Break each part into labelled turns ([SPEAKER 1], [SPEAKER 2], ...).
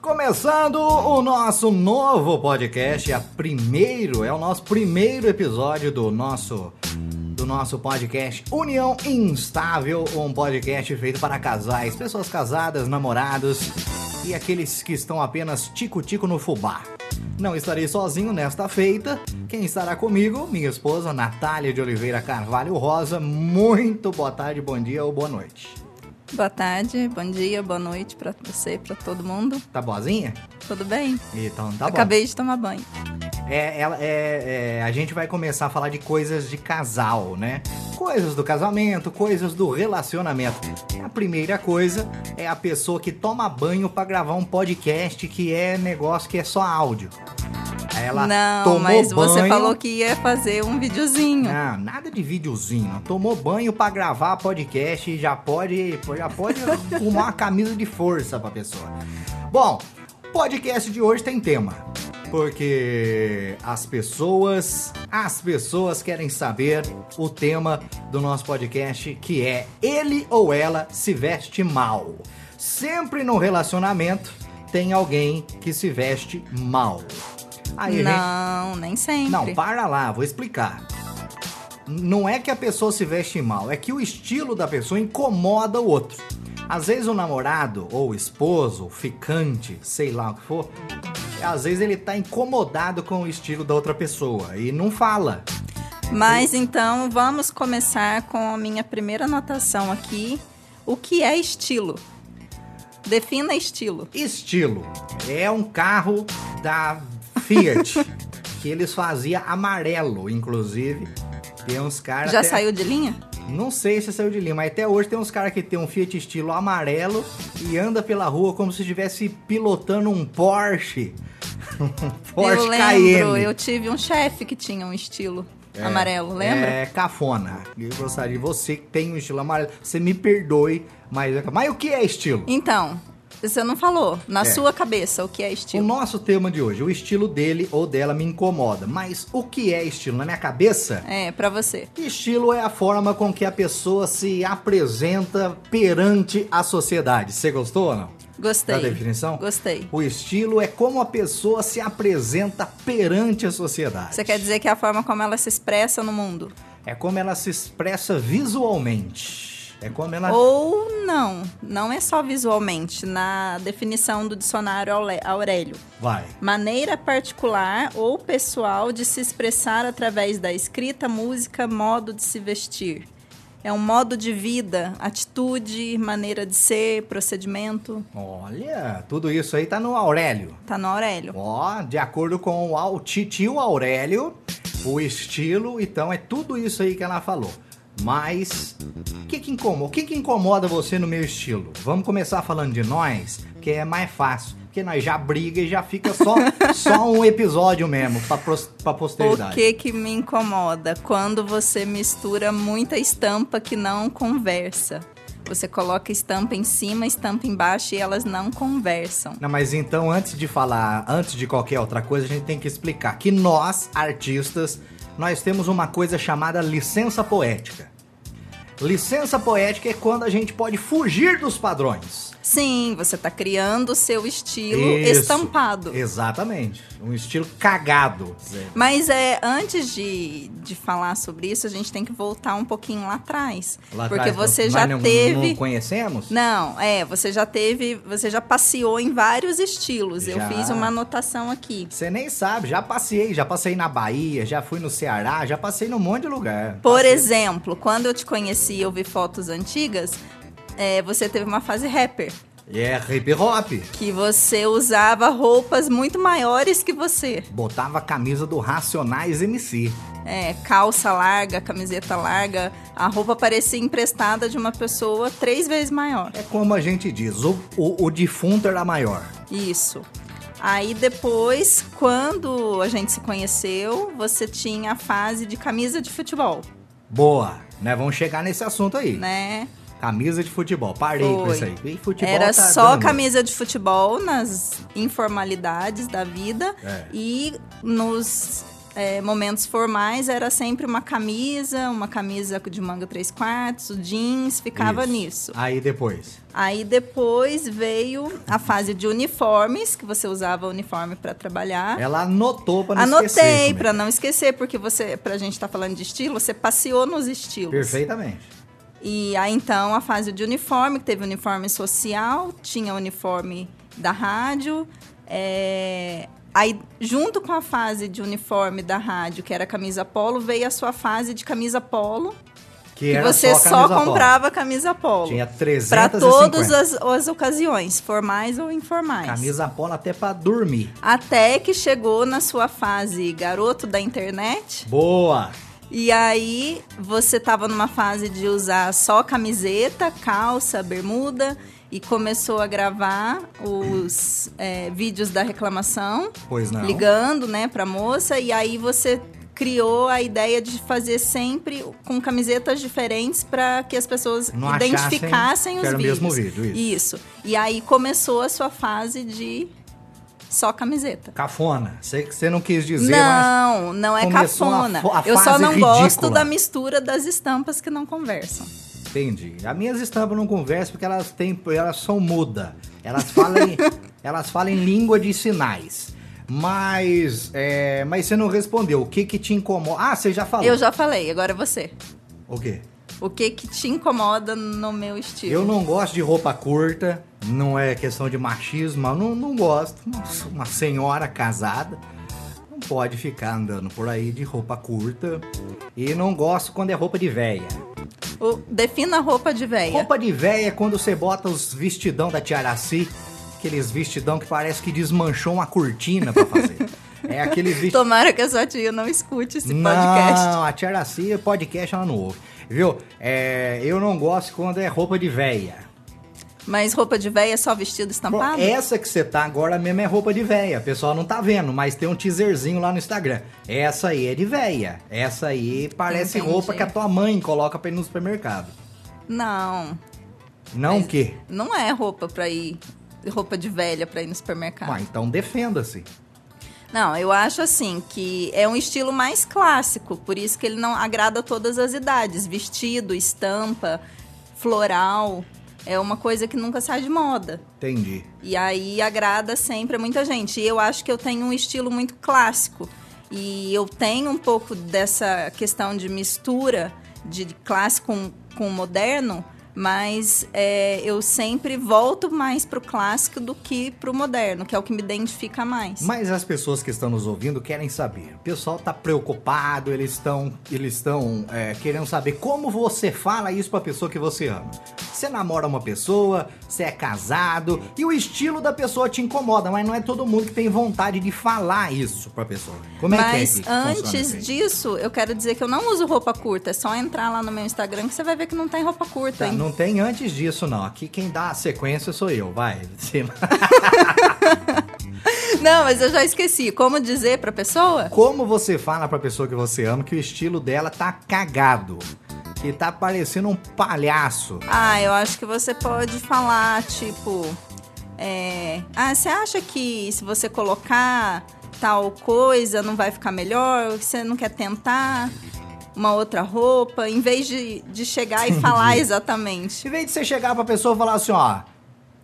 [SPEAKER 1] Começando o nosso novo podcast, a primeiro, é o nosso primeiro episódio do nosso do nosso podcast União Instável, um podcast feito para casais, pessoas casadas, namorados e aqueles que estão apenas tico-tico no fubá. Não estarei sozinho nesta feita. Quem estará comigo? Minha esposa Natália de Oliveira Carvalho Rosa. Muito boa tarde, bom dia ou boa noite.
[SPEAKER 2] Boa tarde, bom dia, boa noite pra você, pra todo mundo.
[SPEAKER 1] Tá boazinha?
[SPEAKER 2] Tudo bem?
[SPEAKER 1] Então tá bom.
[SPEAKER 2] Acabei de tomar banho.
[SPEAKER 1] É, ela- é, é, a gente vai começar a falar de coisas de casal, né? Coisas do casamento, coisas do relacionamento. É A primeira coisa é a pessoa que toma banho pra gravar um podcast que é negócio que é só áudio. Ela
[SPEAKER 2] Não,
[SPEAKER 1] tomou
[SPEAKER 2] mas você
[SPEAKER 1] banho- Ah,
[SPEAKER 2] falou que ia fazer um videozinho.
[SPEAKER 1] Não, nada de videozinho. Tomou banho pra gravar podcast e já pode, já pode arrumar uma camisa de força pra pessoa. Bom, podcast de hoje tem tema. Porque as pessoas, as pessoas querem saber o tema do nosso podcast, que é ele ou ela se veste mal. Sempre no relacionamento tem alguém que se veste mal. Aí a gente
[SPEAKER 2] Não, nem sempre.
[SPEAKER 1] não, para lá, vou explicar. Não é que a pessoa se veste mal, é que o estilo da pessoa incomoda o outro. Às vezes o namorado, ou o esposo, o ficante, sei lá o que for, às vezes ele tá incomodado com o estilo da outra pessoa e não fala.
[SPEAKER 2] Mas então vamos começar com a minha primeira anotação aqui. O que é estilo? Defina estilo.
[SPEAKER 1] Estilo é um carro da Fiat que eles faziam amarelo, inclusive. Tem uns caras.
[SPEAKER 2] Já
[SPEAKER 1] até-
[SPEAKER 2] saiu de linha?
[SPEAKER 1] Não sei se saiu de linha, mas até hoje tem uns caras que tem um Fiat estilo amarelo e anda pela rua como se estivesse pilotando um Porsche. Um Porsche
[SPEAKER 2] eu lembro,
[SPEAKER 1] Cayenne.
[SPEAKER 2] eu tive um chefe que tinha um estilo amarelo, lembra?
[SPEAKER 1] É cafona. Eu gostaria, você que tem um estilo amarelo, você me perdoe, mas, mas o que é estilo?
[SPEAKER 2] Então, você não falou. Na
[SPEAKER 1] É.
[SPEAKER 2] sua cabeça, o que é
[SPEAKER 1] O
[SPEAKER 2] estilo?
[SPEAKER 1] nosso tema de hoje, o estilo dele ou dela me incomoda, mas o que é estilo? Na minha cabeça,
[SPEAKER 2] É, pra você.
[SPEAKER 1] Estilo é a forma com que a pessoa se apresenta perante a sociedade. Você gostou ou não?
[SPEAKER 2] Gostei.
[SPEAKER 1] Da definição?
[SPEAKER 2] Gostei.
[SPEAKER 1] O estilo é como a pessoa se apresenta perante a sociedade.
[SPEAKER 2] Você quer dizer que é a forma como ela se expressa no mundo?
[SPEAKER 1] É como ela se expressa visualmente. É como ela.
[SPEAKER 2] Ou não. Não é só visualmente. Na definição do dicionário Aule- Aurélio.
[SPEAKER 1] Vai.
[SPEAKER 2] Maneira particular ou pessoal de se expressar através da escrita, música, modo de se vestir. É um modo de vida, atitude, maneira de ser, procedimento.
[SPEAKER 1] Olha, tudo isso aí tá no Aurélio.
[SPEAKER 2] Tá no Aurélio.
[SPEAKER 1] Ó, de acordo com o Au- titio Aurélio, o estilo, então, é tudo isso aí que ela falou. Mas, o que que incomoda? O que que incomoda você no meu estilo? Vamos começar falando de nós, que é mais fácil. Porque nós já briga e já fica só, só um episódio mesmo, pra, pros- pra
[SPEAKER 2] O
[SPEAKER 1] posteridade.
[SPEAKER 2] que que me incomoda? Quando você mistura muita estampa que não conversa. Você coloca estampa em cima, estampa embaixo e elas não conversam.
[SPEAKER 1] Não, mas então, antes de falar, antes de qualquer outra coisa, a gente tem que explicar que nós, artistas, nós temos uma coisa chamada licença poética. Licença poética é quando a gente pode fugir dos padrões.
[SPEAKER 2] Sim, você tá criando o seu estilo
[SPEAKER 1] Isso.
[SPEAKER 2] estampado.
[SPEAKER 1] Exatamente. Um estilo cagado.
[SPEAKER 2] Mas é, antes de, de falar sobre isso, a gente tem que voltar um pouquinho lá atrás.
[SPEAKER 1] Lá
[SPEAKER 2] porque
[SPEAKER 1] atrás,
[SPEAKER 2] você
[SPEAKER 1] mas
[SPEAKER 2] já
[SPEAKER 1] não,
[SPEAKER 2] teve.
[SPEAKER 1] Não conhecemos?
[SPEAKER 2] Não, é, você já teve, você já passeou em vários estilos. Eu
[SPEAKER 1] Já.
[SPEAKER 2] fiz uma anotação aqui.
[SPEAKER 1] Você nem sabe, já passei, já passei na Bahia, já fui no Ceará, já passei num monte de lugar.
[SPEAKER 2] Por
[SPEAKER 1] Passei-
[SPEAKER 2] exemplo, quando eu te conheci e eu vi fotos antigas, é, você teve uma fase rapper,
[SPEAKER 1] É hip hop.
[SPEAKER 2] que você usava roupas muito maiores que você.
[SPEAKER 1] Botava a camisa do Racionais MC.
[SPEAKER 2] É, calça larga, camiseta larga, a roupa parecia emprestada de uma pessoa três vezes maior.
[SPEAKER 1] É como a gente diz, o, o, o defunto era maior.
[SPEAKER 2] Isso. Aí depois, quando a gente se conheceu, você tinha a fase de camisa de futebol,
[SPEAKER 1] Boa, né? Vamos chegar nesse assunto aí.
[SPEAKER 2] né?
[SPEAKER 1] Camisa de futebol, parei com
[SPEAKER 2] Foi.
[SPEAKER 1] isso aí. E futebol tá
[SPEAKER 2] Era só
[SPEAKER 1] dando.
[SPEAKER 2] camisa de futebol nas informalidades da vida
[SPEAKER 1] É.
[SPEAKER 2] e nos é, momentos formais era sempre uma camisa, uma camisa de manga 3 quartos, o jeans, ficava
[SPEAKER 1] Isso.
[SPEAKER 2] nisso.
[SPEAKER 1] Aí depois.
[SPEAKER 2] Aí depois veio a fase de uniformes, que você usava uniforme para trabalhar.
[SPEAKER 1] Ela anotou É, pra não esquecer.
[SPEAKER 2] Anotei
[SPEAKER 1] como é.
[SPEAKER 2] para não esquecer, porque você, pra gente estar falando de estilo, você passeou nos estilos.
[SPEAKER 1] Perfeitamente.
[SPEAKER 2] E aí então a fase de uniforme, que teve uniforme social, tinha uniforme da rádio. é, Aí, junto com a fase de uniforme da rádio, que era camisa polo, veio a sua fase de camisa polo.
[SPEAKER 1] Que
[SPEAKER 2] E
[SPEAKER 1] era
[SPEAKER 2] você
[SPEAKER 1] só,
[SPEAKER 2] só
[SPEAKER 1] camisa polo.
[SPEAKER 2] comprava camisa polo.
[SPEAKER 1] Tinha
[SPEAKER 2] Para
[SPEAKER 1] 350.
[SPEAKER 2] todas as, as ocasiões, formais ou informais.
[SPEAKER 1] Camisa polo até pra dormir.
[SPEAKER 2] Até que chegou na sua fase garoto da internet.
[SPEAKER 1] Boa!
[SPEAKER 2] E aí você tava numa fase de usar só camiseta, calça, bermuda e começou a gravar os é, vídeos da reclamação,
[SPEAKER 1] Pois não.
[SPEAKER 2] ligando, né, pra moça. E aí você criou a ideia de fazer sempre com camisetas diferentes para que as pessoas
[SPEAKER 1] Não achassem
[SPEAKER 2] identificassem
[SPEAKER 1] que
[SPEAKER 2] os
[SPEAKER 1] era o
[SPEAKER 2] vídeos.
[SPEAKER 1] mesmo vídeo,
[SPEAKER 2] isso. E aí começou a sua fase de só camiseta.
[SPEAKER 1] Cafona. Sei que você não quis dizer, mas.
[SPEAKER 2] Não, não é
[SPEAKER 1] começou a
[SPEAKER 2] cafona.
[SPEAKER 1] fo- a
[SPEAKER 2] Eu só
[SPEAKER 1] fase
[SPEAKER 2] não gosto
[SPEAKER 1] ridícula.
[SPEAKER 2] da mistura das estampas que não conversam.
[SPEAKER 1] Entendi. As minhas estampas não conversam porque elas têm. Elas são muda. Elas falam, em- elas falam em língua de sinais. Mas. é, mas você não respondeu. O que que te incomoda? Ah, você já falou.
[SPEAKER 2] Eu já falei, agora é você.
[SPEAKER 1] O quê?
[SPEAKER 2] O que que te incomoda no meu estilo?
[SPEAKER 1] Eu não gosto de roupa curta, não é questão de machismo, mas não, não gosto. Nossa, uma senhora casada não pode ficar andando por aí de roupa curta. E não gosto quando é roupa de véia.
[SPEAKER 2] O- defina a roupa de véia.
[SPEAKER 1] Roupa de véia é quando você bota os vestidão da Tiaraci, aqueles vestidão que parece que desmanchou uma cortina pra fazer. é aquele vestido.
[SPEAKER 2] Tomara que a sua tia não escute esse
[SPEAKER 1] não,
[SPEAKER 2] podcast.
[SPEAKER 1] a Tiaraci, podcast ela não ouve. Viu? É, eu não gosto quando é roupa de véia.
[SPEAKER 2] Mas roupa de véia é só vestido
[SPEAKER 1] Bom,
[SPEAKER 2] estampado?
[SPEAKER 1] Essa que você tá agora mesmo é roupa de véia. O pessoal não tá vendo, mas tem um teaserzinho lá no Instagram. Essa aí é de véia. Essa aí parece
[SPEAKER 2] Entendi.
[SPEAKER 1] roupa que a tua mãe coloca pra ir no supermercado.
[SPEAKER 2] Não,
[SPEAKER 1] Não o quê?
[SPEAKER 2] não é roupa pra ir. Roupa de velha pra ir no supermercado.
[SPEAKER 1] Ah, então defenda-se.
[SPEAKER 2] Não, eu acho assim que é um estilo mais clássico, por isso que ele não agrada a todas as idades. Vestido, estampa, floral, é uma coisa que nunca sai de moda.
[SPEAKER 1] Entendi.
[SPEAKER 2] E aí agrada sempre a muita gente. E eu acho que eu tenho um estilo muito clássico. E eu tenho um pouco dessa questão de mistura de clássico com, com moderno, mas é, eu sempre volto mais pro clássico do que pro moderno, que é o que me identifica mais.
[SPEAKER 1] Mas as pessoas que estão nos ouvindo querem saber. O pessoal tá preocupado, eles estão eles estão é, querendo saber como você fala isso pra pessoa que você ama. Você namora uma pessoa, você é casado e o estilo da pessoa te incomoda, mas não é todo mundo que tem vontade de falar isso pra pessoa. Como é
[SPEAKER 2] Mas
[SPEAKER 1] que é que funciona
[SPEAKER 2] antes
[SPEAKER 1] isso aí?
[SPEAKER 2] disso, eu quero dizer que eu não uso roupa curta. É só entrar lá no meu Instagram que você vai ver que não tem roupa curta.
[SPEAKER 1] Tá,
[SPEAKER 2] hein?
[SPEAKER 1] não tem antes disso, não. Aqui quem dá a sequência sou eu, vai.
[SPEAKER 2] Não, mas eu já esqueci. Como dizer pra pessoa?
[SPEAKER 1] Como você fala pra pessoa que você ama que o estilo dela tá cagado? Que tá parecendo um palhaço.
[SPEAKER 2] Ah, eu acho que você pode falar, tipo. é, ah, você acha que se você colocar tal coisa não vai ficar melhor? Você não quer tentar uma outra roupa? Em vez de, de chegar e falar exatamente.
[SPEAKER 1] Em vez de você chegar pra pessoa e falar assim, ó,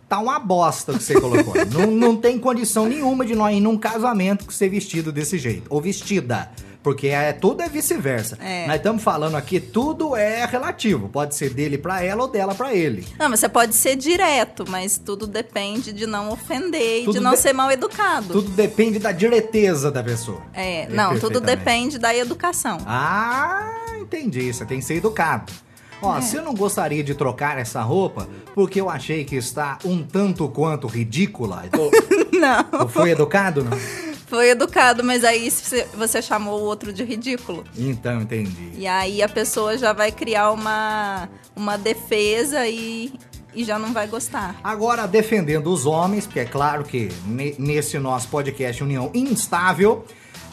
[SPEAKER 1] tá uma bosta o que você colocou. não, não tem condição nenhuma de nós ir num casamento que ser vestido desse jeito. Ou vestida. Porque é, tudo é vice-versa.
[SPEAKER 2] É.
[SPEAKER 1] Nós estamos falando aqui, tudo é relativo. Pode ser dele pra ela ou dela pra ele.
[SPEAKER 2] Não, mas você pode ser direto, mas tudo depende de não ofender e
[SPEAKER 1] Tudo
[SPEAKER 2] de não
[SPEAKER 1] de-
[SPEAKER 2] ser mal educado.
[SPEAKER 1] Tudo depende da direteza da pessoa.
[SPEAKER 2] É, não, tudo
[SPEAKER 1] Perfeitamente.
[SPEAKER 2] depende da educação.
[SPEAKER 1] Ah, entendi. Você tem que ser educado. Ó,
[SPEAKER 2] É.
[SPEAKER 1] se eu não gostaria de trocar essa roupa, porque eu achei que está um tanto quanto ridícula. Eu,
[SPEAKER 2] Não,
[SPEAKER 1] eu fui educado, não?
[SPEAKER 2] foi educado, mas aí se- você chamou o outro de ridículo.
[SPEAKER 1] Então, entendi.
[SPEAKER 2] E aí a pessoa já vai criar uma, uma defesa e, e já não vai gostar.
[SPEAKER 1] Agora, defendendo os homens, porque é claro que ne- nesse nosso podcast União Instável,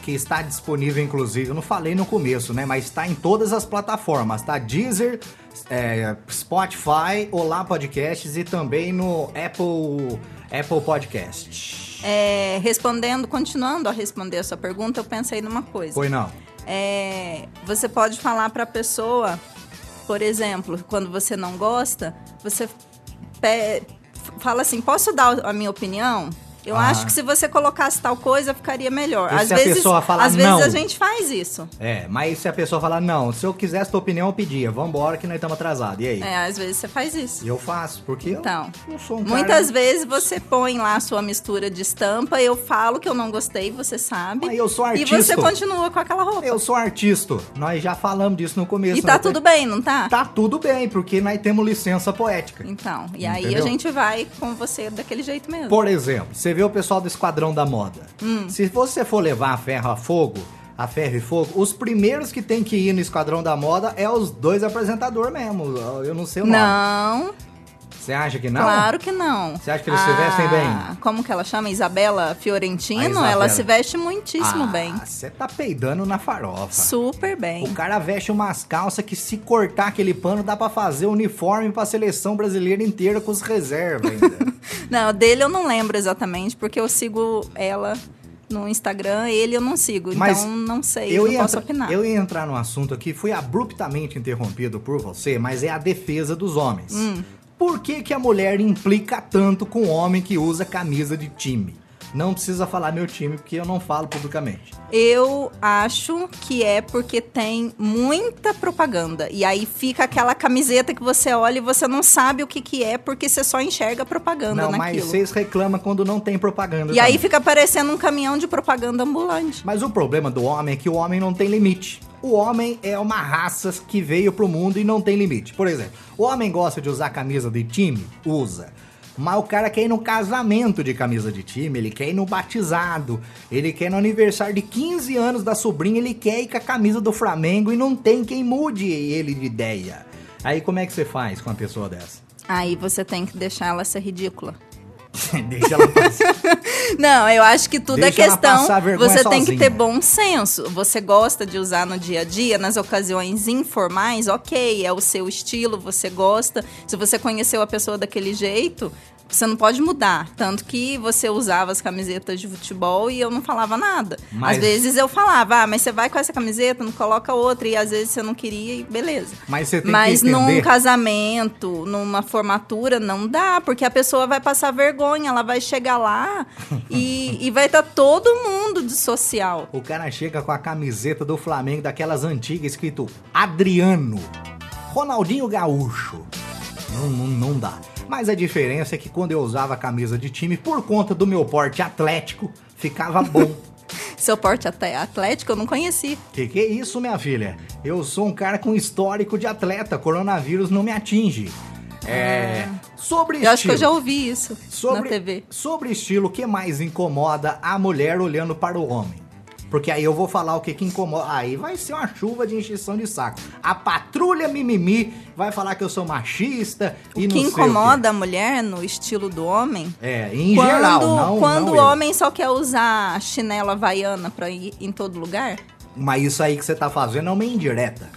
[SPEAKER 1] que está disponível, inclusive, eu não falei no começo, né? Mas está em todas as plataformas, tá? Deezer, é, Spotify, Olá Podcasts e também no Apple, Apple Podcasts.
[SPEAKER 2] É, respondendo, continuando a responder a sua pergunta, eu pensei numa coisa.
[SPEAKER 1] Pois não.
[SPEAKER 2] É, você pode falar para a pessoa, por exemplo, quando você não gosta, você pe- fala assim: posso dar a minha opinião? Eu
[SPEAKER 1] Ah.
[SPEAKER 2] acho que se você colocasse tal coisa, ficaria melhor.
[SPEAKER 1] E se a pessoa falar
[SPEAKER 2] às vezes
[SPEAKER 1] não?
[SPEAKER 2] a gente faz isso.
[SPEAKER 1] É, mas se a pessoa falar, não, se eu quisesse tua opinião, eu pedia. Vambora que nós estamos atrasados. E aí?
[SPEAKER 2] É, às vezes você faz isso.
[SPEAKER 1] E eu faço, porque
[SPEAKER 2] Então,
[SPEAKER 1] eu não sou um cara...
[SPEAKER 2] Muitas vezes você põe lá a sua mistura de estampa, eu falo que eu não gostei, você sabe.
[SPEAKER 1] Mas eu sou
[SPEAKER 2] e
[SPEAKER 1] artista.
[SPEAKER 2] você continua com aquela roupa.
[SPEAKER 1] Eu sou artista. Nós já falamos disso no começo.
[SPEAKER 2] E tá
[SPEAKER 1] né?
[SPEAKER 2] tudo bem, não tá?
[SPEAKER 1] Tá tudo bem, porque nós temos licença poética.
[SPEAKER 2] Então, e aí
[SPEAKER 1] Entendeu?
[SPEAKER 2] a gente vai com você daquele jeito mesmo.
[SPEAKER 1] Por exemplo, você vê o pessoal do Esquadrão da Moda.
[SPEAKER 2] Hum.
[SPEAKER 1] Se você for levar a ferro a fogo, a ferro e fogo, os primeiros que tem que ir no Esquadrão da Moda é os dois apresentadores mesmo. Eu não sei o nome.
[SPEAKER 2] não,
[SPEAKER 1] Você acha que não?
[SPEAKER 2] claro que não. Ah,
[SPEAKER 1] Você acha que eles se vestem bem?
[SPEAKER 2] Como que ela chama? Isabela Fiorentino?
[SPEAKER 1] A Isabela.
[SPEAKER 2] Ela se veste muitíssimo
[SPEAKER 1] ah,
[SPEAKER 2] bem.
[SPEAKER 1] Você tá peidando na farofa.
[SPEAKER 2] Super bem.
[SPEAKER 1] O cara veste umas calças que se cortar aquele pano dá pra fazer uniforme pra seleção brasileira inteira com os reservas ainda.
[SPEAKER 2] Não, dele eu não lembro exatamente, porque eu sigo ela no Instagram, ele eu não sigo.
[SPEAKER 1] Mas
[SPEAKER 2] então não sei,
[SPEAKER 1] Eu
[SPEAKER 2] não
[SPEAKER 1] ia,
[SPEAKER 2] posso
[SPEAKER 1] entra-
[SPEAKER 2] opinar.
[SPEAKER 1] eu ia entrar num assunto aqui, fui abruptamente interrompido por você, mas é a defesa dos homens.
[SPEAKER 2] Hum.
[SPEAKER 1] Por que, que a mulher implica tanto com o homem que usa camisa de time? Não precisa falar meu time, porque eu não falo publicamente.
[SPEAKER 2] Eu acho que é porque tem muita propaganda. E aí fica aquela camiseta que você olha e você não sabe o que, que é, porque você só enxerga propaganda
[SPEAKER 1] não, mas
[SPEAKER 2] naquilo.
[SPEAKER 1] vocês reclamam quando não tem propaganda.
[SPEAKER 2] E aí
[SPEAKER 1] também.
[SPEAKER 2] fica parecendo um caminhão de propaganda ambulante.
[SPEAKER 1] Mas o problema do homem é que o homem não tem limite. O homem é uma raça que veio pro mundo e não tem limite. Por exemplo, o homem gosta de usar camisa de time? Usa. Mas o cara quer ir no casamento de camisa de time, ele quer ir no batizado, ele quer ir no aniversário de 15 anos da sobrinha, ele quer ir com a camisa do Flamengo e não tem quem mude ele de ideia. Aí como é que você faz com uma pessoa dessa?
[SPEAKER 2] Aí você tem que deixar ela ser ridícula.
[SPEAKER 1] Deixa ela passar.
[SPEAKER 2] Não, eu acho que tudo
[SPEAKER 1] Deixa
[SPEAKER 2] é
[SPEAKER 1] ela
[SPEAKER 2] questão.
[SPEAKER 1] passar a vergonha
[SPEAKER 2] Você tem que
[SPEAKER 1] sozinha.
[SPEAKER 2] ter bom senso. Você gosta de usar no dia a dia, nas ocasiões informais, ok, é o seu estilo, você gosta. Se você conheceu a pessoa daquele jeito, você não pode mudar. Tanto que você usava as camisetas de futebol e eu não falava nada.
[SPEAKER 1] Mas-
[SPEAKER 2] Às vezes eu falava, ah, mas você vai com essa camiseta, não coloca outra, e às vezes você não queria e beleza.
[SPEAKER 1] Mas você tem
[SPEAKER 2] Mas
[SPEAKER 1] que entender...
[SPEAKER 2] num casamento, numa formatura, não dá, porque a pessoa vai passar vergonha, ela vai chegar lá e, e vai estar todo mundo de social.
[SPEAKER 1] O cara chega com a camiseta do Flamengo, daquelas antigas, escrito Adriano, Ronaldinho Gaúcho. Não, não, não dá. Mas a diferença é que quando eu usava a camisa de time, por conta do meu porte atlético, ficava bom.
[SPEAKER 2] Seu porte até atlético eu não conheci.
[SPEAKER 1] que que é isso, minha filha? Eu sou um cara com histórico de atleta, coronavírus não me atinge. É. Sobre
[SPEAKER 2] Eu acho que eu já
[SPEAKER 1] estilo.
[SPEAKER 2] ouvi isso
[SPEAKER 1] sobre,
[SPEAKER 2] na TV.
[SPEAKER 1] Sobre estilo, o que mais incomoda a mulher olhando para o homem? Porque aí eu vou falar o que, que incomoda. Aí vai ser uma chuva de encheção de saco. A patrulha mimimi vai falar que eu sou machista e não
[SPEAKER 2] o que
[SPEAKER 1] sei o quê.
[SPEAKER 2] incomoda a mulher no estilo do homem.
[SPEAKER 1] É, em
[SPEAKER 2] quando
[SPEAKER 1] geral, não,
[SPEAKER 2] quando
[SPEAKER 1] não
[SPEAKER 2] o
[SPEAKER 1] eu.
[SPEAKER 2] homem só quer usar chinela havaiana pra ir em todo lugar?
[SPEAKER 1] Mas isso aí que você tá fazendo é uma indireta.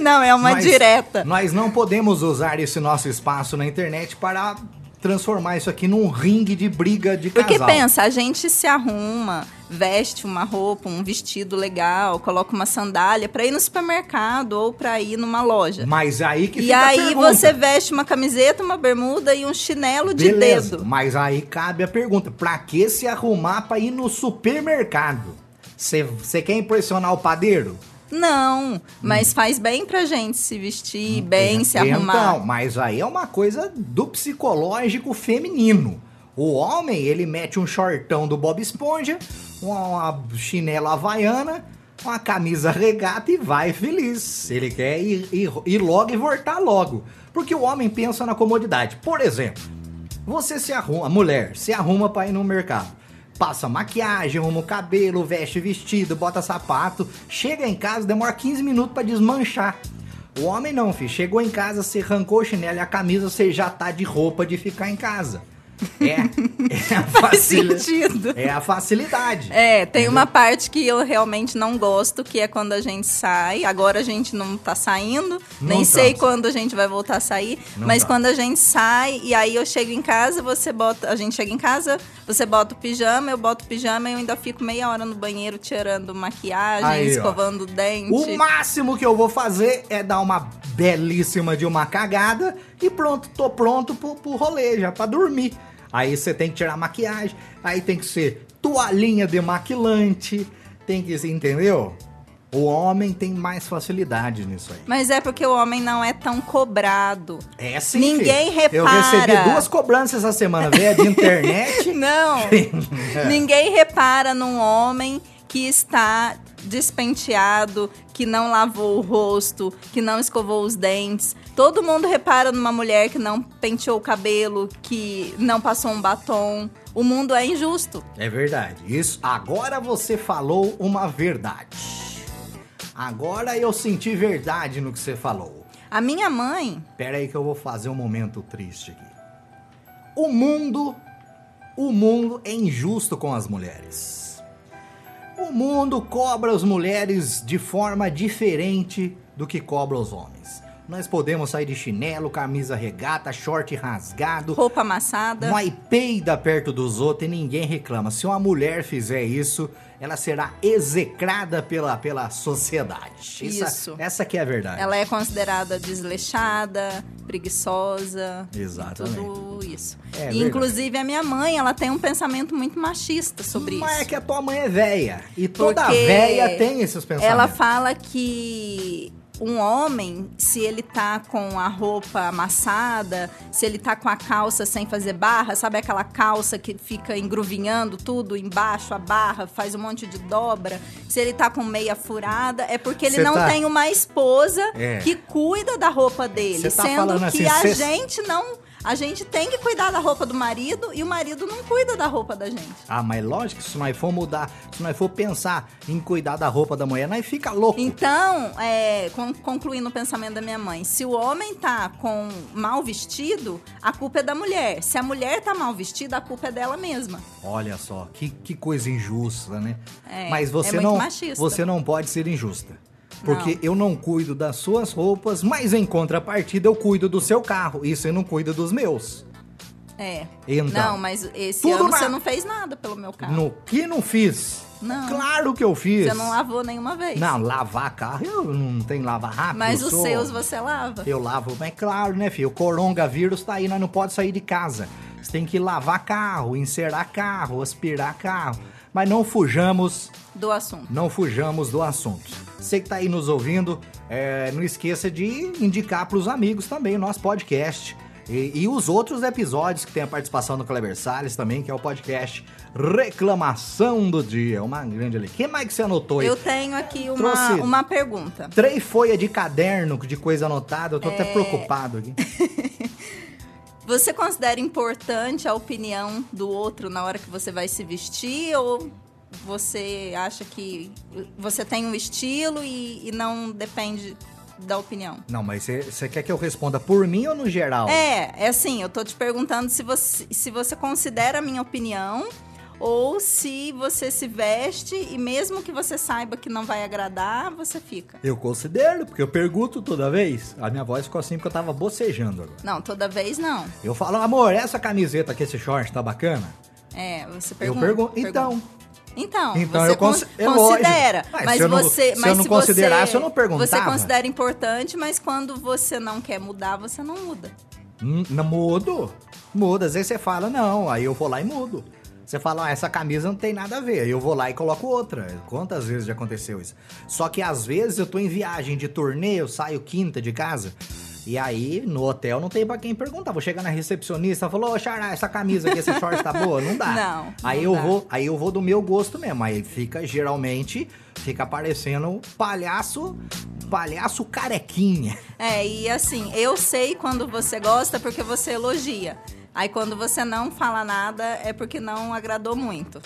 [SPEAKER 2] não, é uma
[SPEAKER 1] Nós-
[SPEAKER 2] direta.
[SPEAKER 1] Nós não podemos usar esse nosso espaço na internet para transformar isso aqui num ringue de briga de casal.
[SPEAKER 2] Porque pensa, a gente se arruma, veste uma roupa, um vestido legal, coloca uma sandália pra ir no supermercado ou pra ir numa loja.
[SPEAKER 1] Mas aí que
[SPEAKER 2] e
[SPEAKER 1] fica a
[SPEAKER 2] aí
[SPEAKER 1] pergunta.
[SPEAKER 2] você veste uma camiseta, uma bermuda e um chinelo de
[SPEAKER 1] Beleza,
[SPEAKER 2] dedo.
[SPEAKER 1] mas aí cabe a pergunta: pra que se arrumar pra ir no supermercado? Você quer impressionar o padeiro?
[SPEAKER 2] Não,
[SPEAKER 1] Hum.
[SPEAKER 2] mas faz bem pra gente se vestir bem, se
[SPEAKER 1] Então,
[SPEAKER 2] arrumar.
[SPEAKER 1] mas aí é uma coisa do psicológico feminino. O homem, ele mete um shortão do Bob Esponja, uma, uma chinela havaiana, uma camisa regata e vai feliz. Ele quer ir, ir- ir logo e voltar logo. Porque o homem pensa na comodidade. Por exemplo, você se arruma, a mulher, se arruma pra ir no mercado. Passa maquiagem, arruma o cabelo, veste vestido, bota sapato, chega em casa, demora 15 minutos pra desmanchar. O homem não, filho. Chegou em casa, você arrancou o chinelo e a camisa, você já tá de roupa de ficar em casa. É, é a
[SPEAKER 2] Faz
[SPEAKER 1] facilidade.
[SPEAKER 2] sentido.
[SPEAKER 1] É a facilidade.
[SPEAKER 2] É, tem uma parte que eu realmente não gosto, que é quando a gente sai. Agora a gente não tá saindo,
[SPEAKER 1] Não
[SPEAKER 2] nem
[SPEAKER 1] estamos.
[SPEAKER 2] sei quando a gente vai voltar a sair,
[SPEAKER 1] Não
[SPEAKER 2] mas
[SPEAKER 1] tá.
[SPEAKER 2] quando a gente sai e aí eu chego em casa, você bota, a gente chega em casa, você bota o pijama, eu boto o pijama e eu ainda fico meia hora no banheiro tirando maquiagem,
[SPEAKER 1] Aí, ó.
[SPEAKER 2] escovando o dente.
[SPEAKER 1] O máximo que eu vou fazer é dar uma belíssima de uma cagada e pronto, tô pronto pro, pro rolê, já pra dormir. Aí você tem que tirar a maquiagem, aí tem que ser toalhinha de maquilante, tem que ser, entendeu? O homem tem mais facilidade nisso aí.
[SPEAKER 2] Mas é porque o homem não é tão cobrado.
[SPEAKER 1] É sim.
[SPEAKER 2] Ninguém
[SPEAKER 1] filho. Eu
[SPEAKER 2] repara.
[SPEAKER 1] recebi duas cobranças essa semana, velho, de internet.
[SPEAKER 2] Não.
[SPEAKER 1] É.
[SPEAKER 2] Ninguém repara num homem que está despenteado, que não lavou o rosto, que não escovou os dentes. Todo mundo repara numa mulher que não penteou o cabelo, que não passou um batom. O mundo é injusto.
[SPEAKER 1] É verdade. Isso. Agora você falou uma verdade. Agora eu senti verdade no que você falou.
[SPEAKER 2] A minha mãe,
[SPEAKER 1] Pera aí que eu vou fazer um momento triste aqui. O mundo, o mundo é injusto com as mulheres. O mundo cobra as mulheres de forma diferente do que cobra os homens. Nós podemos sair de chinelo, camisa regata, short rasgado,
[SPEAKER 2] roupa amassada.
[SPEAKER 1] Nós peida perto dos outros e ninguém reclama. Se uma mulher fizer isso, ela será execrada pela, pela sociedade.
[SPEAKER 2] Isso.
[SPEAKER 1] Essa, essa que é a verdade.
[SPEAKER 2] Ela é considerada desleixada, preguiçosa. e
[SPEAKER 1] Exatamente.
[SPEAKER 2] Tudo isso.
[SPEAKER 1] É
[SPEAKER 2] E,
[SPEAKER 1] verdade.
[SPEAKER 2] inclusive, a minha mãe, ela tem um pensamento muito machista sobre
[SPEAKER 1] Mas
[SPEAKER 2] isso.
[SPEAKER 1] é que a tua mãe é véia. E toda
[SPEAKER 2] Porque
[SPEAKER 1] véia tem esses pensamentos.
[SPEAKER 2] Ela fala que um homem, se ele tá com a roupa amassada, se ele tá com a calça sem fazer barra, sabe aquela calça que fica engruvinhando tudo embaixo, a barra, faz um monte de dobra, se ele tá com meia furada, é porque ele
[SPEAKER 1] Cê
[SPEAKER 2] não
[SPEAKER 1] tá-
[SPEAKER 2] tem uma esposa
[SPEAKER 1] É.
[SPEAKER 2] que cuida da roupa dele,
[SPEAKER 1] Cê tá
[SPEAKER 2] sendo
[SPEAKER 1] falando
[SPEAKER 2] que
[SPEAKER 1] assim, cê-
[SPEAKER 2] a gente não, a gente tem que cuidar da roupa do marido e o marido não cuida da roupa da gente.
[SPEAKER 1] Ah, mas lógico que se nós for mudar, se nós for pensar em cuidar da roupa da mulher, nós fica louco.
[SPEAKER 2] Então, é, con- concluindo o pensamento da minha mãe, se o homem tá com mal vestido, a culpa é da mulher. Se a mulher tá mal vestida, a culpa é dela mesma.
[SPEAKER 1] Olha só, que, que coisa injusta, né?
[SPEAKER 2] É,
[SPEAKER 1] Mas você
[SPEAKER 2] é muito
[SPEAKER 1] não,
[SPEAKER 2] machista.
[SPEAKER 1] você não pode ser injusta. Porque eu não cuido das suas roupas, mas em contrapartida eu cuido do seu carro e você não cuida dos meus.
[SPEAKER 2] É.
[SPEAKER 1] Então.
[SPEAKER 2] não, mas esse
[SPEAKER 1] Tudo
[SPEAKER 2] ano
[SPEAKER 1] na-
[SPEAKER 2] você não fez nada pelo meu carro.
[SPEAKER 1] No que não fiz?
[SPEAKER 2] Não.
[SPEAKER 1] Claro que eu fiz.
[SPEAKER 2] Você não lavou nenhuma vez.
[SPEAKER 1] Não, lavar carro, eu não tenho lavar rápido.
[SPEAKER 2] Mas
[SPEAKER 1] eu
[SPEAKER 2] os
[SPEAKER 1] sou-
[SPEAKER 2] seus você lava.
[SPEAKER 1] Eu lavo, mas claro, né, filho? O coronavírus tá aí, nós não pode sair de casa. Você tem que lavar carro, encerar carro, aspirar carro. Mas não fujamos
[SPEAKER 2] Do assunto.
[SPEAKER 1] não fujamos do assunto. Você que tá aí nos ouvindo, é, não esqueça de indicar pros amigos também o nosso podcast. E, e os outros episódios que tem a participação do Kleber Salles também, que é o podcast Reclamação do Dia. Uma grande alegria. O que mais que você anotou aí?
[SPEAKER 2] Eu tenho aqui uma,
[SPEAKER 1] Trouxe-
[SPEAKER 2] uma pergunta.
[SPEAKER 1] Três folhas de caderno de coisa anotada, eu tô até preocupado aqui.
[SPEAKER 2] Você considera importante a opinião do outro na hora que você vai se vestir ou você acha que você tem um estilo e, e não depende da opinião?
[SPEAKER 1] Não, mas você- você quer que eu responda por mim ou no geral?
[SPEAKER 2] É, é assim, eu tô te perguntando se você, se você considera a minha opinião ou se você se veste e mesmo que você saiba que não vai agradar, você fica.
[SPEAKER 1] Eu considero, porque eu pergunto toda vez. A minha voz ficou assim porque eu tava bocejando agora.
[SPEAKER 2] Não, toda vez não.
[SPEAKER 1] Eu falo, amor, essa camiseta aqui, esse short, tá bacana?
[SPEAKER 2] É, você pergunta.
[SPEAKER 1] eu pergunto. Então,
[SPEAKER 2] Então,
[SPEAKER 1] Então,
[SPEAKER 2] você
[SPEAKER 1] eu cons-
[SPEAKER 2] con-
[SPEAKER 1] é
[SPEAKER 2] considera.
[SPEAKER 1] lógico. Ah,
[SPEAKER 2] mas
[SPEAKER 1] se eu não-
[SPEAKER 2] você.
[SPEAKER 1] se
[SPEAKER 2] mas
[SPEAKER 1] eu não
[SPEAKER 2] se
[SPEAKER 1] considerar,
[SPEAKER 2] você,
[SPEAKER 1] se eu não
[SPEAKER 2] Você
[SPEAKER 1] perguntava.
[SPEAKER 2] considera importante, mas quando você não quer mudar, você não muda.
[SPEAKER 1] hum, não, mudo. Mudo. Às vezes você fala, não, aí eu vou lá e mudo. Você fala, ah, essa camisa não tem nada a ver. Aí eu vou lá e coloco outra. Quantas vezes já aconteceu isso? Só que às vezes eu tô em viagem de turnê, eu saio quinta de casa. E aí, no hotel, não tem pra quem perguntar. Vou chegar na recepcionista, ela falou, ô, Xará, essa camisa aqui, esse short tá boa? Não dá.
[SPEAKER 2] Não,
[SPEAKER 1] Aí
[SPEAKER 2] não
[SPEAKER 1] eu
[SPEAKER 2] dá.
[SPEAKER 1] vou, aí eu vou do meu gosto mesmo. Aí fica, geralmente, fica parecendo um palhaço, palhaço carequinha.
[SPEAKER 2] É, e assim, eu sei quando você gosta porque você elogia. Aí quando você não fala nada, é porque não agradou muito.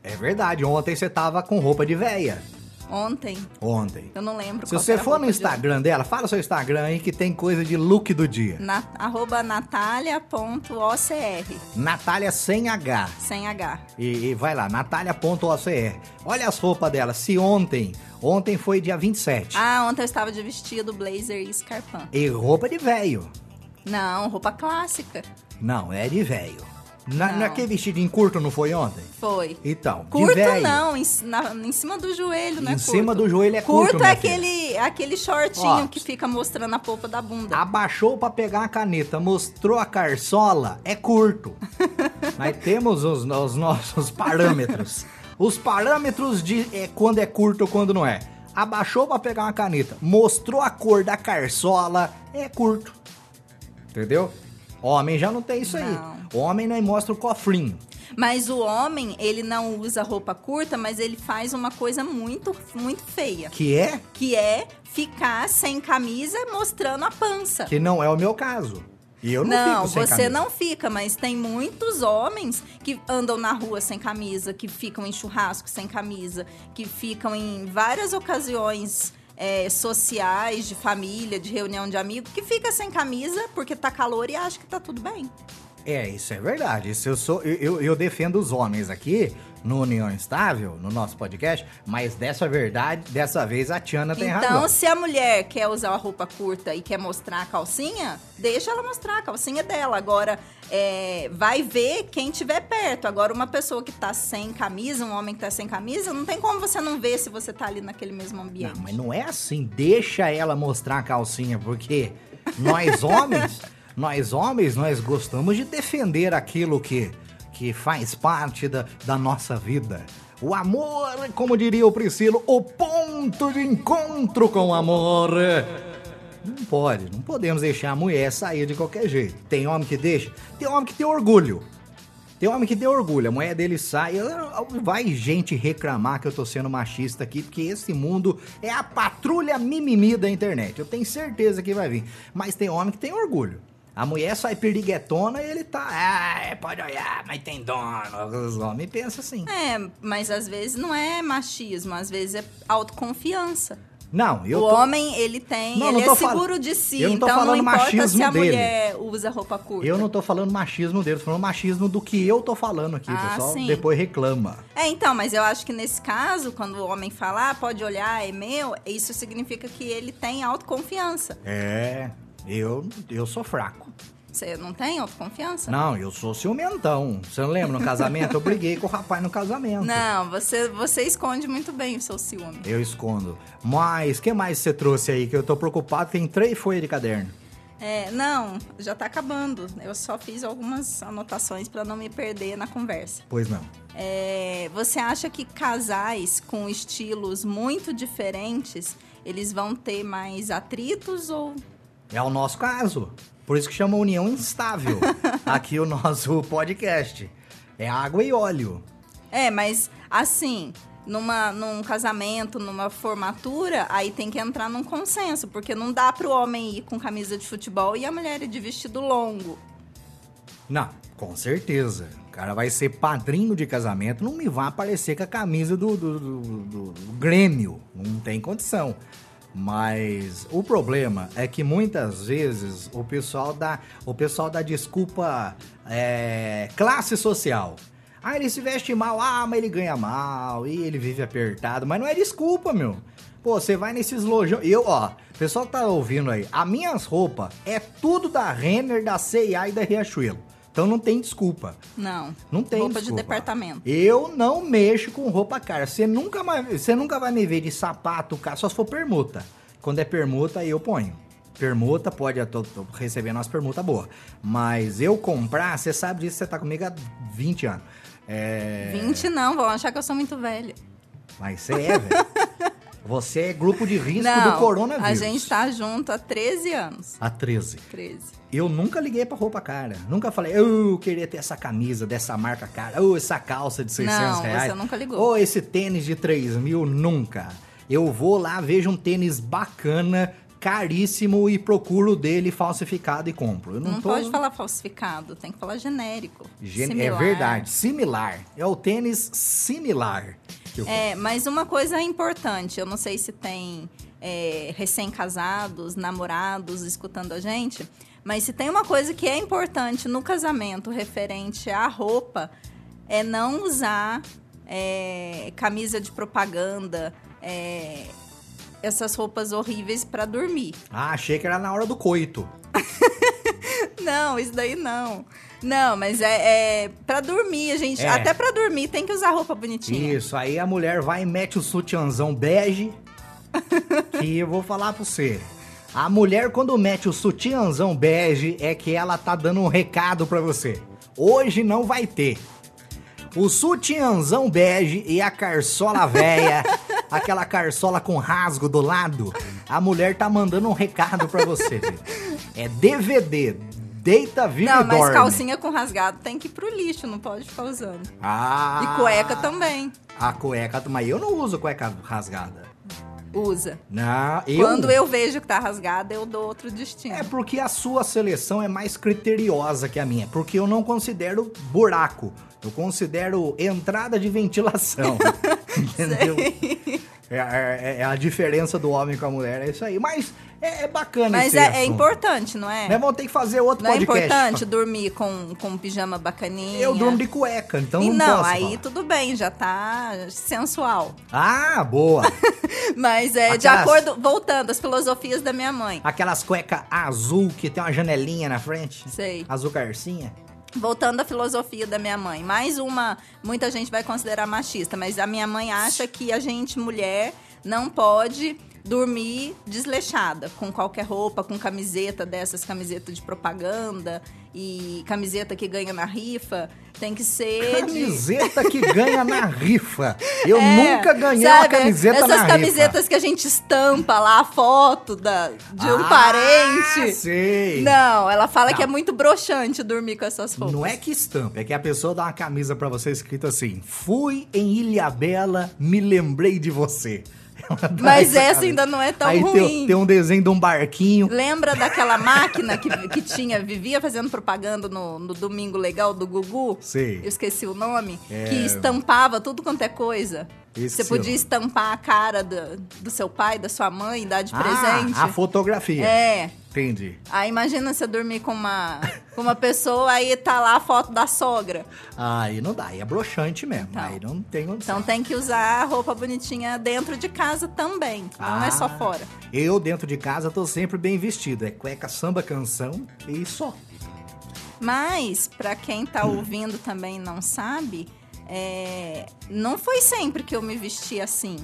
[SPEAKER 1] É verdade, ontem você tava com roupa de véia.
[SPEAKER 2] Ontem,
[SPEAKER 1] ontem.
[SPEAKER 2] eu não lembro.
[SPEAKER 1] Se
[SPEAKER 2] qual
[SPEAKER 1] você
[SPEAKER 2] era a
[SPEAKER 1] for no
[SPEAKER 2] roupa de ontem.
[SPEAKER 1] Instagram dela, fala o seu Instagram aí que tem coisa de look do dia.
[SPEAKER 2] Na, arroba natalia.ocr,
[SPEAKER 1] Natália sem H.
[SPEAKER 2] sem H.
[SPEAKER 1] E, e vai lá, natalia.ocr. Olha as roupas dela. Se ontem, ontem foi dia 27.
[SPEAKER 2] Ah, ontem eu estava de vestido, blazer e escarpão.
[SPEAKER 1] E roupa de velho.
[SPEAKER 2] Não, roupa clássica.
[SPEAKER 1] Não, é de velho. Na,
[SPEAKER 2] Não.
[SPEAKER 1] Naquele vestidinho curto não foi ontem?
[SPEAKER 2] Foi.
[SPEAKER 1] Então, de
[SPEAKER 2] Curto
[SPEAKER 1] velho.
[SPEAKER 2] não, em, na- em cima do joelho, né?
[SPEAKER 1] Em cima do joelho é curto,
[SPEAKER 2] é
[SPEAKER 1] minha filha.
[SPEAKER 2] aquele, aquele shortinho
[SPEAKER 1] Ó. Ah.
[SPEAKER 2] que fica mostrando a polpa da bunda.
[SPEAKER 1] Abaixou pra pegar a caneta, mostrou a carçola, é curto. Nós temos os, os nossos parâmetros. Os parâmetros de é, quando é curto ou quando não é. Abaixou pra pegar uma caneta, mostrou a cor da carçola, é curto. Entendeu? Homem já não tem isso aí.
[SPEAKER 2] Não.
[SPEAKER 1] Homem nós mostra o cofrinho.
[SPEAKER 2] Mas o homem, ele não usa roupa curta, mas ele faz uma coisa muito, muito feia.
[SPEAKER 1] Que é,
[SPEAKER 2] Que é ficar sem camisa mostrando a pança.
[SPEAKER 1] que não é o meu caso. E eu não,
[SPEAKER 2] não,
[SPEAKER 1] fico sem
[SPEAKER 2] você
[SPEAKER 1] camisa.
[SPEAKER 2] não fica, mas tem muitos homens que andam na rua sem camisa, que ficam em churrasco sem camisa, que ficam em várias ocasiões é, sociais, de família, de reunião de amigos, que fica sem camisa porque tá calor e acha que tá tudo bem.
[SPEAKER 1] É, isso é verdade. Isso eu, sou, eu, eu- eu defendo os homens aqui no União Estável, no nosso podcast, mas dessa verdade, dessa vez a Tiana tem
[SPEAKER 2] então,
[SPEAKER 1] razão.
[SPEAKER 2] se a mulher quer usar a roupa curta e quer mostrar a calcinha, deixa ela mostrar a calcinha dela. Agora, é, vai ver quem tiver perto. Agora, uma pessoa que tá sem camisa, um homem que tá sem camisa, não tem como você não ver se você tá ali naquele mesmo ambiente.
[SPEAKER 1] Não, mas não é assim. Deixa ela mostrar a calcinha, porque nós homens, nós homens, nós gostamos de defender aquilo que, que faz parte da, da nossa vida. O amor, como diria o Priscilo, o ponto de encontro com o amor. Não pode, não podemos deixar a mulher sair de qualquer jeito. Tem homem que deixa, tem homem que tem orgulho. Tem um homem que tem orgulho, a mulher dele sai. eu- Vai gente reclamar que eu tô sendo machista aqui, porque esse mundo é a patrulha mimimi da internet. Eu tenho certeza que vai vir. Mas tem homem que tem orgulho. A mulher sai periguetona e ele tá. Ah, é, pode olhar, mas tem dono. Os homens pensam assim.
[SPEAKER 2] É, mas às vezes não é machismo, às vezes é autoconfiança.
[SPEAKER 1] Não, eu
[SPEAKER 2] o
[SPEAKER 1] tô.
[SPEAKER 2] homem, ele tem,
[SPEAKER 1] Não,
[SPEAKER 2] ele
[SPEAKER 1] não tô
[SPEAKER 2] é
[SPEAKER 1] fal-
[SPEAKER 2] seguro de si.
[SPEAKER 1] Eu não tô
[SPEAKER 2] então não
[SPEAKER 1] falando
[SPEAKER 2] importa se
[SPEAKER 1] machismo
[SPEAKER 2] a
[SPEAKER 1] dele.
[SPEAKER 2] mulher usa roupa curta.
[SPEAKER 1] Eu não tô falando machismo dele, tô falando machismo do que eu tô falando aqui,
[SPEAKER 2] Ah,
[SPEAKER 1] pessoal.
[SPEAKER 2] sim.
[SPEAKER 1] Depois reclama.
[SPEAKER 2] É, então, mas eu acho que nesse caso, quando o homem falar, pode olhar, é meu, isso significa que ele tem autoconfiança.
[SPEAKER 1] É, eu, eu sou fraco.
[SPEAKER 2] Você não tem autoconfiança?
[SPEAKER 1] Não, eu sou ciumentão. Você não lembra no casamento? Eu briguei com o rapaz no casamento.
[SPEAKER 2] Não, você, você esconde muito bem o seu ciúme.
[SPEAKER 1] Eu escondo. Mas, que mais você trouxe aí? Que eu tô preocupado, tem três folhas de caderno.
[SPEAKER 2] É, não, já tá acabando. Eu só fiz algumas anotações pra não me perder na conversa.
[SPEAKER 1] Pois não.
[SPEAKER 2] É, você acha que casais com estilos muito diferentes, eles vão ter mais atritos ou
[SPEAKER 1] É o nosso caso. Por isso que chama União Instável. aqui o nosso podcast. É água e óleo.
[SPEAKER 2] É, mas assim, numa, num casamento, numa formatura, aí tem que entrar num consenso, porque não dá pro homem ir com camisa de futebol e a mulher ir de vestido longo.
[SPEAKER 1] Não, com certeza. O cara vai ser padrinho de casamento, não me vai aparecer com a camisa do, do, do- do- do Grêmio. Não tem condição. Mas o problema é que muitas vezes o pessoal dá, o pessoal dá desculpa é, classe social. Ah, ele se veste mal, ah, mas ele ganha mal, e ele vive apertado. Mas não é desculpa, meu. Pô, você vai nesses lojão. Eu, ó, o pessoal que tá ouvindo aí, as minhas roupas é tudo da Renner, da CIA e da Riachuelo. Então não tem desculpa.
[SPEAKER 2] Não.
[SPEAKER 1] Não tem
[SPEAKER 2] Roupa de
[SPEAKER 1] desculpa.
[SPEAKER 2] departamento.
[SPEAKER 1] Eu não mexo com roupa cara. Você nunca, mais- você nunca vai me ver de sapato, cara, só se for permuta. Quando é permuta, aí eu ponho. Permuta, pode, eu tô, tô recebendo umas permutas boas. Mas eu comprar, você sabe disso, você tá comigo há 20 anos. É.
[SPEAKER 2] 20 não, vão achar que eu sou muito velha.
[SPEAKER 1] Mas você é, velho. Você é grupo de risco
[SPEAKER 2] não,
[SPEAKER 1] do coronavírus.
[SPEAKER 2] a gente tá junto há 13 anos.
[SPEAKER 1] A 13.
[SPEAKER 2] 13.
[SPEAKER 1] Eu nunca liguei pra roupa cara. Nunca falei, eu queria ter essa camisa dessa marca cara. Ou essa calça de 600
[SPEAKER 2] Não, você
[SPEAKER 1] reais.
[SPEAKER 2] nunca ligou.
[SPEAKER 1] Ou esse tênis de 3 mil, nunca. Eu vou lá, vejo um tênis bacana, caríssimo e procuro dele falsificado e compro. Eu não,
[SPEAKER 2] Não
[SPEAKER 1] tô...
[SPEAKER 2] pode falar falsificado, tem que falar genérico.
[SPEAKER 1] Gen-
[SPEAKER 2] similar.
[SPEAKER 1] É verdade, similar. É o tênis similar. que eu
[SPEAKER 2] É, mas uma coisa importante, eu não sei se tem é, recém-casados, namorados escutando a gente, mas se tem uma coisa que é importante no casamento referente à roupa, é não usar é, camisa de propaganda, é, essas roupas horríveis para dormir.
[SPEAKER 1] Ah, achei que era na hora do coito.
[SPEAKER 2] Não, isso daí não. Não, mas é, é para dormir, a gente.
[SPEAKER 1] É.
[SPEAKER 2] Até para dormir tem que usar roupa bonitinha.
[SPEAKER 1] Isso, aí a mulher vai e mete o sutiãzão bege. que eu vou falar pra você. A mulher, quando mete o sutiãzão bege, é que ela tá dando um recado pra você. Hoje não vai ter. O sutiãzão bege e a carçola véia, aquela carçola com rasgo do lado, a mulher tá mandando um recado pra você. filho. É DVD, deita, vive
[SPEAKER 2] Não,
[SPEAKER 1] e
[SPEAKER 2] mas
[SPEAKER 1] dorme.
[SPEAKER 2] calcinha com rasgado tem que ir pro lixo, não pode ficar usando.
[SPEAKER 1] Ah,
[SPEAKER 2] E cueca também.
[SPEAKER 1] A cueca, mas eu não uso cueca rasgada.
[SPEAKER 2] Usa.
[SPEAKER 1] Não, Ah, eu...
[SPEAKER 2] Quando eu vejo que tá rasgada, eu dou outro destino.
[SPEAKER 1] É porque a sua seleção é mais criteriosa que a minha, porque eu não considero buraco, eu considero entrada de ventilação. entendeu? É, é- é a diferença do homem com a mulher, é isso aí. Mas é, é bacana
[SPEAKER 2] mas
[SPEAKER 1] esse
[SPEAKER 2] é, é
[SPEAKER 1] assunto.
[SPEAKER 2] importante, não é?
[SPEAKER 1] Nós vamos ter que fazer outro
[SPEAKER 2] não é
[SPEAKER 1] podcast.
[SPEAKER 2] importante dormir com, com um pijama bacaninha.
[SPEAKER 1] Eu durmo de cueca, então
[SPEAKER 2] E
[SPEAKER 1] não,
[SPEAKER 2] não,
[SPEAKER 1] posso
[SPEAKER 2] aí
[SPEAKER 1] falar.
[SPEAKER 2] tudo bem, já tá sensual.
[SPEAKER 1] Ah, boa.
[SPEAKER 2] Mas é de
[SPEAKER 1] Aquelas-
[SPEAKER 2] acordo, voltando, as filosofias da minha mãe.
[SPEAKER 1] Aquelas cuecas azul que tem uma janelinha na frente.
[SPEAKER 2] Sei.
[SPEAKER 1] Azul carcinha.
[SPEAKER 2] Voltando à filosofia da minha mãe, mais uma, muita gente vai considerar machista, mas a minha mãe acha que a gente, mulher, não pode dormir desleixada, com qualquer roupa, com camiseta dessas, camiseta de propaganda e camiseta que ganha na rifa, tem que ser de...
[SPEAKER 1] Camiseta que ganha na rifa. Eu
[SPEAKER 2] É,
[SPEAKER 1] nunca ganhei uma
[SPEAKER 2] sabe?
[SPEAKER 1] camiseta
[SPEAKER 2] Essas
[SPEAKER 1] na rifa.
[SPEAKER 2] camisetas que a gente estampa lá a foto da, de um
[SPEAKER 1] Ah,
[SPEAKER 2] parente.
[SPEAKER 1] Sei. Não.
[SPEAKER 2] Não, ela fala que
[SPEAKER 1] Não.
[SPEAKER 2] é muito broxante dormir com essas roupas.
[SPEAKER 1] é que estampa, é que a pessoa dá uma camisa pra você escrita assim: Fui em Ilhabela, me lembrei de você. Ela dá
[SPEAKER 2] Mas essa
[SPEAKER 1] camisa.
[SPEAKER 2] ainda não é tão
[SPEAKER 1] Aí tem-
[SPEAKER 2] ruim.
[SPEAKER 1] Tem, um desenho de um barquinho.
[SPEAKER 2] Lembra daquela máquina que, que tinha, vivia fazendo propaganda no, no Domingo Legal do Gugu?
[SPEAKER 1] Sei.
[SPEAKER 2] Eu esqueci o nome.
[SPEAKER 1] É.
[SPEAKER 2] Que estampava tudo quanto é coisa.
[SPEAKER 1] Esse
[SPEAKER 2] Você podia
[SPEAKER 1] eu-
[SPEAKER 2] estampar a cara do, do seu pai, da sua mãe, dar de presente.
[SPEAKER 1] Ah, a fotografia.
[SPEAKER 2] É.
[SPEAKER 1] Entendi.
[SPEAKER 2] Aí imagina você dormir com uma, com uma pessoa, aí tá lá a foto da sogra.
[SPEAKER 1] Aí não dá, aí é broxante mesmo.
[SPEAKER 2] Então.
[SPEAKER 1] Aí não tem condição.
[SPEAKER 2] Então tem que usar a roupa bonitinha dentro de casa também. Não é só
[SPEAKER 1] Ah,
[SPEAKER 2] fora.
[SPEAKER 1] Eu, dentro de casa, tô sempre bem vestido. É cueca, samba, canção e só.
[SPEAKER 2] Mas, pra quem tá ouvindo também e não sabe, é, não foi sempre que eu me vesti assim,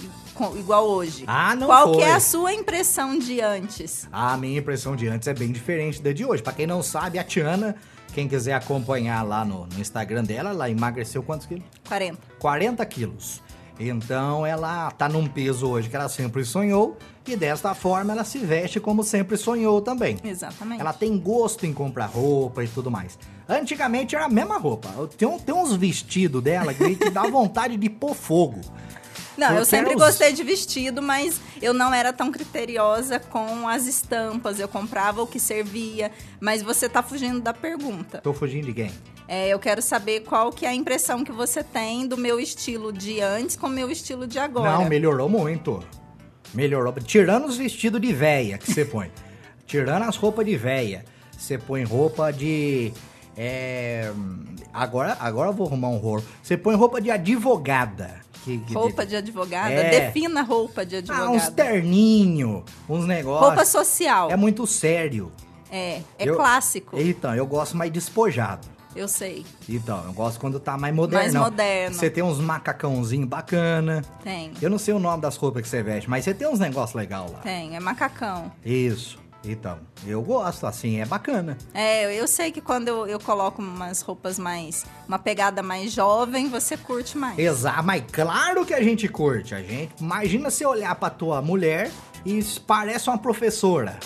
[SPEAKER 2] i- co- igual hoje.
[SPEAKER 1] Ah, não
[SPEAKER 2] Qual que
[SPEAKER 1] foi.
[SPEAKER 2] é a sua impressão de antes?
[SPEAKER 1] A minha impressão de antes é bem diferente da de hoje. Pra quem não sabe, a Tiana, quem quiser acompanhar lá no, no Instagram dela, ela emagreceu quantos quilos?
[SPEAKER 2] 40.
[SPEAKER 1] 40 quilos. Então ela tá num peso hoje que ela sempre sonhou e desta forma ela se veste como sempre sonhou também.
[SPEAKER 2] Exatamente.
[SPEAKER 1] Ela tem gosto em comprar roupa e tudo mais. Antigamente era a mesma roupa. Tem, um- tem uns vestidos dela que, que dá vontade de pôr fogo.
[SPEAKER 2] Não, eu
[SPEAKER 1] Porque
[SPEAKER 2] sempre
[SPEAKER 1] era os-
[SPEAKER 2] gostei de vestido, mas eu não era tão criteriosa com as estampas. Eu comprava o que servia, mas você tá fugindo da pergunta.
[SPEAKER 1] Tô fugindo de quem?
[SPEAKER 2] É, eu quero saber qual que é a impressão que você tem do meu estilo de antes com o meu estilo de agora.
[SPEAKER 1] Não, melhorou muito. Melhorou. Tirando os vestidos de véia que você põe. Tirando as roupas de véia. Você põe roupa de. é, agora, agora eu vou arrumar um rolo. Você põe roupa de advogada. Que, que-
[SPEAKER 2] Roupa de advogada?
[SPEAKER 1] É.
[SPEAKER 2] Defina roupa de
[SPEAKER 1] Ah, uns
[SPEAKER 2] advogada.
[SPEAKER 1] terninho, uns
[SPEAKER 2] roupa
[SPEAKER 1] negócios.
[SPEAKER 2] social.
[SPEAKER 1] É muito sério.
[SPEAKER 2] É, é,
[SPEAKER 1] Eu-
[SPEAKER 2] clássico.
[SPEAKER 1] Então, eu gosto mais despojado.
[SPEAKER 2] Eu sei,
[SPEAKER 1] Então, eu gosto quando tá mais moderno.
[SPEAKER 2] moderno.
[SPEAKER 1] Você tem uns macacãozinho bacana.
[SPEAKER 2] tem.
[SPEAKER 1] Eu não sei o nome das roupas que você veste, mas você tem uns negócios legais lá.
[SPEAKER 2] Tem, é macacão.
[SPEAKER 1] Isso. Então, eu gosto, assim, é bacana.
[SPEAKER 2] É, eu- eu sei que quando eu, eu coloco umas roupas mais. uma pegada mais jovem, você curte mais.
[SPEAKER 1] Exato, mas claro que a gente curte, a gente. Imagina você olhar pra tua mulher e s- parece uma professora.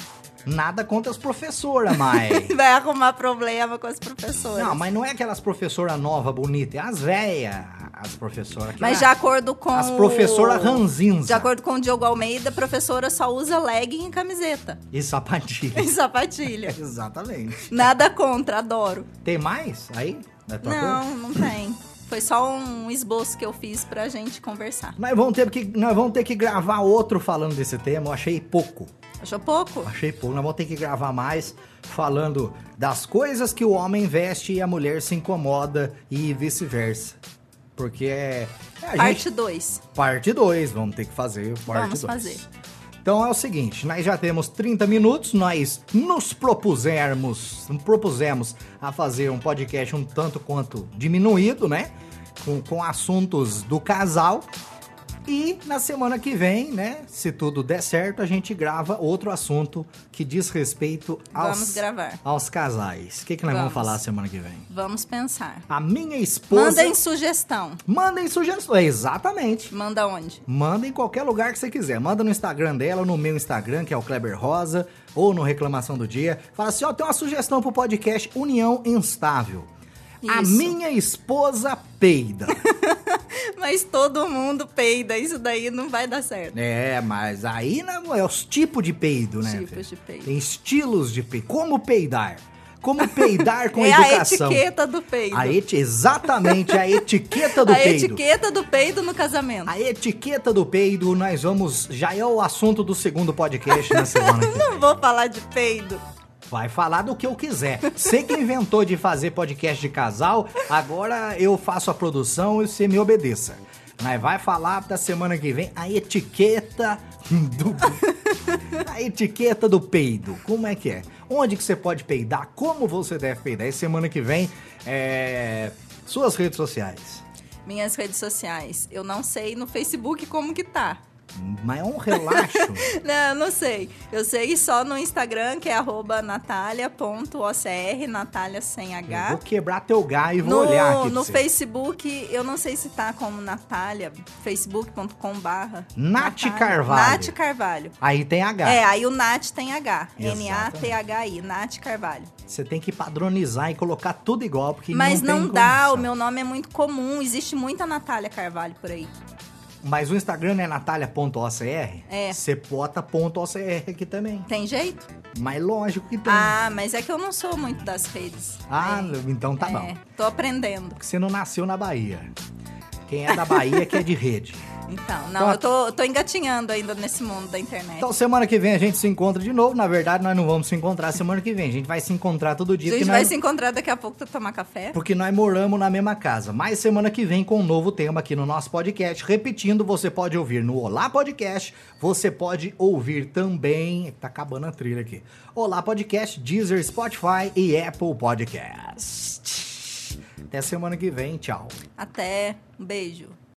[SPEAKER 1] Nada contra as professoras, mas.
[SPEAKER 2] Vai arrumar problema com as professoras.
[SPEAKER 1] Não, mas não é aquelas professoras nova bonita, é as velhas, as professoras. que
[SPEAKER 2] Mas
[SPEAKER 1] lá-
[SPEAKER 2] de acordo com.
[SPEAKER 1] As professoras
[SPEAKER 2] o-
[SPEAKER 1] ranzinza.
[SPEAKER 2] De acordo com o Diogo Almeida, a professora só usa legging e camiseta.
[SPEAKER 1] E sapatilha.
[SPEAKER 2] E sapatilha.
[SPEAKER 1] Exatamente.
[SPEAKER 2] Nada contra, adoro.
[SPEAKER 1] Tem mais aí? Da tua conta?
[SPEAKER 2] Não, não tem. Foi só um esboço que eu fiz pra gente conversar.
[SPEAKER 1] Nós vamos, ter que, nós vamos ter que gravar outro falando desse tema, eu achei pouco.
[SPEAKER 2] Achou pouco?
[SPEAKER 1] Achei pouco, nós vamos ter que gravar mais falando das coisas que o homem veste e a mulher se incomoda e vice-versa. Porque é. A
[SPEAKER 2] Parte 2.
[SPEAKER 1] Parte 2, vamos ter que fazer o parte
[SPEAKER 2] Vamos
[SPEAKER 1] dois.
[SPEAKER 2] fazer.
[SPEAKER 1] Então é o seguinte, nós já temos 30 minutos, nós nos propusermos, propusemos a fazer um podcast um tanto quanto diminuído, né? Com, com assuntos do casal. E na semana que vem, né? Se tudo der certo, a gente grava outro assunto que diz respeito
[SPEAKER 2] Vamos
[SPEAKER 1] aos,
[SPEAKER 2] gravar.
[SPEAKER 1] aos casais. O que, que nós vamos.
[SPEAKER 2] Vamos.
[SPEAKER 1] falar semana que vem?
[SPEAKER 2] Vamos pensar.
[SPEAKER 1] A minha esposa.
[SPEAKER 2] Mandem sugestão.
[SPEAKER 1] mandem sugestões. Exatamente.
[SPEAKER 2] Manda onde?
[SPEAKER 1] Manda em qualquer lugar que você quiser. Manda no Instagram dela, no meu Instagram, que é o Kleber Rosa, ou no Reclamação do Dia. Fala assim: ó, tem uma sugestão pro podcast União Instável. A
[SPEAKER 2] Isso.
[SPEAKER 1] minha esposa peida.
[SPEAKER 2] Mas todo mundo peida, isso daí não vai dar certo.
[SPEAKER 1] é, mas aí não é os tipos de peido, né?
[SPEAKER 2] Tipos
[SPEAKER 1] filho?
[SPEAKER 2] Tipo de peido.
[SPEAKER 1] Tem estilos de peido. Como peidar? Como peidar com
[SPEAKER 2] é
[SPEAKER 1] educação?
[SPEAKER 2] a etiqueta do peido.
[SPEAKER 1] A eti- Exatamente, a etiqueta do
[SPEAKER 2] A
[SPEAKER 1] peido.
[SPEAKER 2] etiqueta do peido no casamento.
[SPEAKER 1] A etiqueta do peido, nós vamos. Já é o assunto do segundo podcast na semana que vem.
[SPEAKER 2] Não vou falar de peido.
[SPEAKER 1] Vai falar do que eu quiser. Você que inventou de fazer podcast de casal, agora eu faço a produção e você me obedeça. Mas vai falar da semana que vem a etiqueta do. A etiqueta do peido. Como é que é? Onde que você pode peidar? Como você deve peidar? E semana que vem, é. Suas redes sociais.
[SPEAKER 2] Minhas redes sociais. Eu não sei no Facebook como que tá.
[SPEAKER 1] Mas é um relaxo.
[SPEAKER 2] Não, eu não sei. Eu sei só no Instagram, que é arroba natalia.ocr, natalia sem
[SPEAKER 1] Eu
[SPEAKER 2] H.
[SPEAKER 1] vou quebrar teu gás e
[SPEAKER 2] No,
[SPEAKER 1] vou olhar aqui. pra
[SPEAKER 2] no
[SPEAKER 1] você.
[SPEAKER 2] Facebook, eu não sei se tá como Natália, facebook.com barra.
[SPEAKER 1] Nath
[SPEAKER 2] Natália.
[SPEAKER 1] Carvalho.
[SPEAKER 2] Nath Carvalho.
[SPEAKER 1] Aí tem H.
[SPEAKER 2] É, aí o Nath tem H.
[SPEAKER 1] Exatamente.
[SPEAKER 2] N-A-T-H-I, Nath Carvalho.
[SPEAKER 1] Você tem que padronizar e colocar tudo igual, porque
[SPEAKER 2] Mas
[SPEAKER 1] não,
[SPEAKER 2] não,
[SPEAKER 1] tem
[SPEAKER 2] dá,
[SPEAKER 1] condição.
[SPEAKER 2] o meu nome é muito comum, existe muita Natália Carvalho por aí.
[SPEAKER 1] Mas o Instagram é natalia.ocr?
[SPEAKER 2] É.
[SPEAKER 1] Você bota ponto .ocr aqui também.
[SPEAKER 2] Tem jeito?
[SPEAKER 1] Mas lógico que tem.
[SPEAKER 2] Ah, mas é que eu não sou muito das redes.
[SPEAKER 1] Ah,
[SPEAKER 2] Aí,
[SPEAKER 1] então tá
[SPEAKER 2] é,
[SPEAKER 1] bom.
[SPEAKER 2] Tô aprendendo.
[SPEAKER 1] Porque você não nasceu na Bahia. Quem é da Bahia que é de rede.
[SPEAKER 2] Então, não,
[SPEAKER 1] Então-
[SPEAKER 2] eu tô, tô engatinhando ainda nesse mundo da internet.
[SPEAKER 1] Então semana que vem a gente se encontra de novo. Na verdade, nós não vamos se encontrar semana que vem. A gente vai se encontrar todo
[SPEAKER 2] a
[SPEAKER 1] dia.
[SPEAKER 2] gente
[SPEAKER 1] porque
[SPEAKER 2] vai
[SPEAKER 1] nós-
[SPEAKER 2] se encontrar daqui a pouco pra tomar café.
[SPEAKER 1] Porque nós moramos na mesma casa. Mas semana que vem com um novo tema aqui no nosso podcast. Repetindo, você pode ouvir no Olá Podcast. Você pode ouvir também. Tá acabando a trilha aqui. Olá Podcast, Deezer, Spotify e Apple Podcast. Até semana que vem. Tchau.
[SPEAKER 2] Até, um beijo.